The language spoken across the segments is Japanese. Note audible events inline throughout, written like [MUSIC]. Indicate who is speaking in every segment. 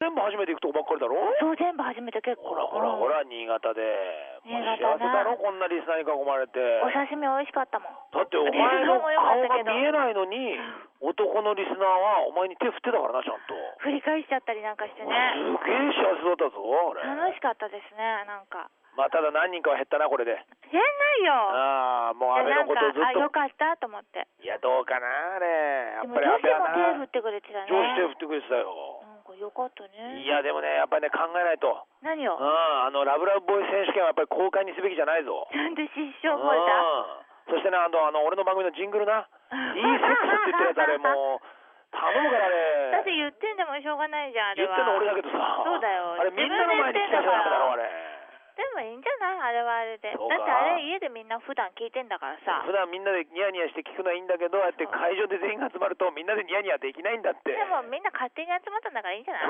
Speaker 1: 初めて行くとこばっかりだろ
Speaker 2: そう、全部初めて結
Speaker 1: ほ
Speaker 2: 構。
Speaker 1: らほらほら、新潟で。もう幸せだろ、
Speaker 2: 新潟ね
Speaker 1: こんなリスナーに囲まれて。
Speaker 2: うんお刺身美味しかったもん。
Speaker 1: だってお前の顔が見え
Speaker 2: い。
Speaker 1: ないのに、男のリスナーはお前に手振ってたからな、ちゃんと。
Speaker 2: 振り返しちゃったりなんかし
Speaker 1: す
Speaker 2: て
Speaker 1: げ
Speaker 2: ね。
Speaker 1: え幸せだったぞ、俺。
Speaker 2: 楽しかったですね、なんか。
Speaker 1: まあ、ただ何人かは減ったな、これで。
Speaker 2: え、ないよ。
Speaker 1: ああ、もう
Speaker 2: で
Speaker 1: 安倍の
Speaker 2: なん
Speaker 1: こ
Speaker 2: か、
Speaker 1: とずっ
Speaker 2: あ、よ
Speaker 1: と。
Speaker 2: かったと思って。
Speaker 1: いや、どうかな、あれ。やっ
Speaker 2: でも
Speaker 1: ぱり安
Speaker 2: 女
Speaker 1: 倍
Speaker 2: 子も手振
Speaker 1: はな
Speaker 2: っ。てくれてたね。
Speaker 1: 上司手振ってくれてたよ。
Speaker 2: なんかよかったね。
Speaker 1: いや、でもね、やっぱりね、考えないと。
Speaker 2: 何
Speaker 1: うん、
Speaker 2: よ。
Speaker 1: あの、ラブラブボーイ選手権はやっぱり公開にすべきじゃないぞ。
Speaker 2: なんで失
Speaker 1: う
Speaker 2: 笑覚
Speaker 1: ん。
Speaker 2: えた
Speaker 1: そしてね、あの、あの俺の番組のジングルな。いいセックスって言ってるやつ、あれ
Speaker 2: [LAUGHS]
Speaker 1: もう、頼むから
Speaker 2: だ
Speaker 1: あ
Speaker 2: って
Speaker 1: れ。
Speaker 2: 言ってんでもしょうがないじゃん、あ
Speaker 1: 言
Speaker 2: れ
Speaker 1: っ
Speaker 2: は。
Speaker 1: てんの俺だけどさ。
Speaker 2: そうだよ
Speaker 1: あれ、みんなの前に来たじゃダメだろ、あれ。
Speaker 2: でもいいんじゃないあれはあれで。だ
Speaker 1: そう
Speaker 2: っ
Speaker 1: か
Speaker 2: てあれ家でみんな普段聞いてんだからさ
Speaker 1: 普。段みんなでニヤニヤして聞くのはいいんだけど、ああやって会場で全員が集まると、みんなでニヤニヤできないんだって。
Speaker 2: でもみんな勝手に集まったんだからいい
Speaker 1: [LAUGHS]
Speaker 2: んじゃない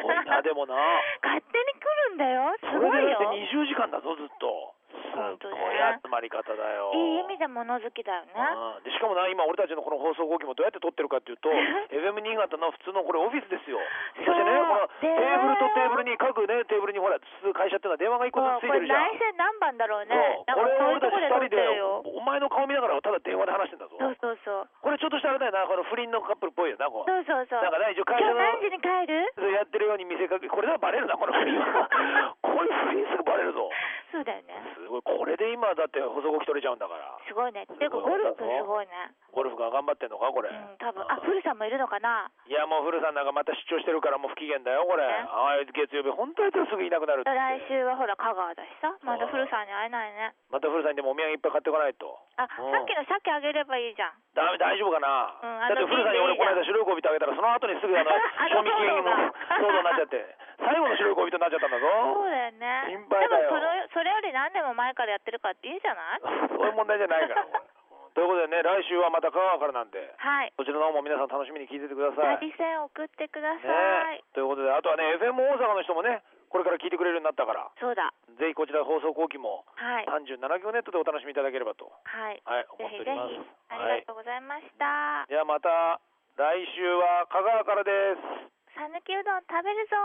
Speaker 1: すごいなでもな
Speaker 2: 勝手に来るんだよ。す
Speaker 1: そ
Speaker 2: ごい
Speaker 1: れでだ
Speaker 2: よ
Speaker 1: って。20時間だぞ、ずっと。すっ
Speaker 2: 本当
Speaker 1: ご
Speaker 2: ね
Speaker 1: い集まり方だよ。
Speaker 2: いい意味で物好きだよね。
Speaker 1: うんでしかもな今俺たちのこの放送後期もどうやって撮ってるかっていう
Speaker 2: [LAUGHS]
Speaker 1: と FM 新潟の普通のこれオフィスですよそしてねこのテ
Speaker 2: で
Speaker 1: ーブルとテーブルに各ねテーブルにほら普通会社っていうのは電話が一個
Speaker 2: も
Speaker 1: ずつ
Speaker 2: う
Speaker 1: つ
Speaker 2: こ
Speaker 1: いて
Speaker 2: れ
Speaker 1: るじゃん
Speaker 2: 内戦何番だろうね。なん
Speaker 1: そうこれを俺
Speaker 2: か
Speaker 1: たち
Speaker 2: そうい
Speaker 1: 二人
Speaker 2: うとこで撮って
Speaker 1: で
Speaker 2: るよ。
Speaker 1: お前の顔見ながらただ電話で話してんだぞ
Speaker 2: そうそうそう。
Speaker 1: これちょっとしたあれだよなこの不倫のカップルっぽいよなこう
Speaker 2: そうそうそう。
Speaker 1: なんかね一応会
Speaker 2: 今
Speaker 1: 社
Speaker 2: 日
Speaker 1: の
Speaker 2: 何時に帰る
Speaker 1: やってるように見せかけこれだバレるなこ
Speaker 2: [LAUGHS]
Speaker 1: の不倫はこれ不倫すぐバレるぞ
Speaker 2: そうだよね。
Speaker 1: すごいこれで今だって細動き取れちゃうんだから
Speaker 2: すごいね。ていうかゴルフすごいね。
Speaker 1: ゴルフが頑張ってんのかこれ、
Speaker 2: うん、多分。あ、古さんもいるのかない
Speaker 1: やもう古さんなんかまた出張してるからもう不機嫌だよこれ、
Speaker 2: ね
Speaker 1: ああ月曜日本当にすぐいなくなるって
Speaker 2: 来週はほら香川だしさまた古さんに会えないね
Speaker 1: また古さんにでもお土産いっぱい買ってこないと
Speaker 2: あ
Speaker 1: うん
Speaker 2: さっきの鮭あげればいいじゃん
Speaker 1: ダメ大丈夫かな、
Speaker 2: うんあの
Speaker 1: だって古さんに俺この間白い恋人あげたらその後にすぐあの
Speaker 2: [LAUGHS] あ
Speaker 1: 賞
Speaker 2: の
Speaker 1: 味期限の騒動になっちゃって最後の白い恋人になっちゃったんだ
Speaker 2: そう [LAUGHS]
Speaker 1: ぞ
Speaker 2: だよね
Speaker 1: 心配だよ
Speaker 2: でもそれそれより何年も前からやってるからっていいじゃない
Speaker 1: そういう問題じゃない
Speaker 2: [LAUGHS]
Speaker 1: からこれうんということでね来週はまた香川からなんで
Speaker 2: はい
Speaker 1: そちらの方も皆さん楽しみに聞いててください
Speaker 2: 旅線送ってください、
Speaker 1: ねということであとはね FM 大阪の人もねこれから聞いてくれるようになったから
Speaker 2: そうだ
Speaker 1: ぜひこちら放送後期も
Speaker 2: はい
Speaker 1: 37秒ネットでお楽しみいただければと
Speaker 2: はい
Speaker 1: はい、
Speaker 2: ぜ
Speaker 1: 思っ
Speaker 2: ひ
Speaker 1: てお
Speaker 2: ぜ
Speaker 1: ります
Speaker 2: ひ。ありがとうございました
Speaker 1: ではまた来週は香川からです。
Speaker 2: 讃岐、うどん食べるぞ